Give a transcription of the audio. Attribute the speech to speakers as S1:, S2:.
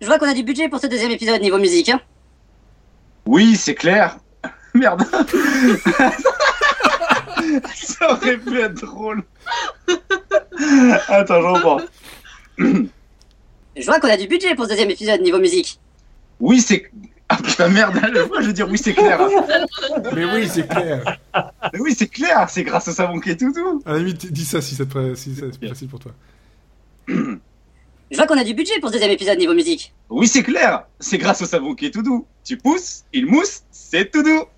S1: Je vois qu'on a du budget pour ce deuxième épisode niveau musique. Hein.
S2: Oui, c'est clair. Merde. Ça aurait pu être drôle. Attends, j'en reprends.
S1: Je vois qu'on a du budget pour ce deuxième épisode niveau musique.
S2: Oui, c'est. Ah putain, merde, à la fois, je veux dire oui, c'est clair.
S3: Mais oui, c'est clair.
S2: Mais oui, c'est clair, c'est grâce au savon qui est tout doux.
S3: À la limite, dis ça si ça te paraît- si ça- c'est facile pour toi.
S1: Je vois qu'on a du budget pour ce deuxième épisode niveau musique.
S2: Oui, c'est clair, c'est grâce au savon qui est tout doux. Tu pousses, il mousse, c'est tout doux.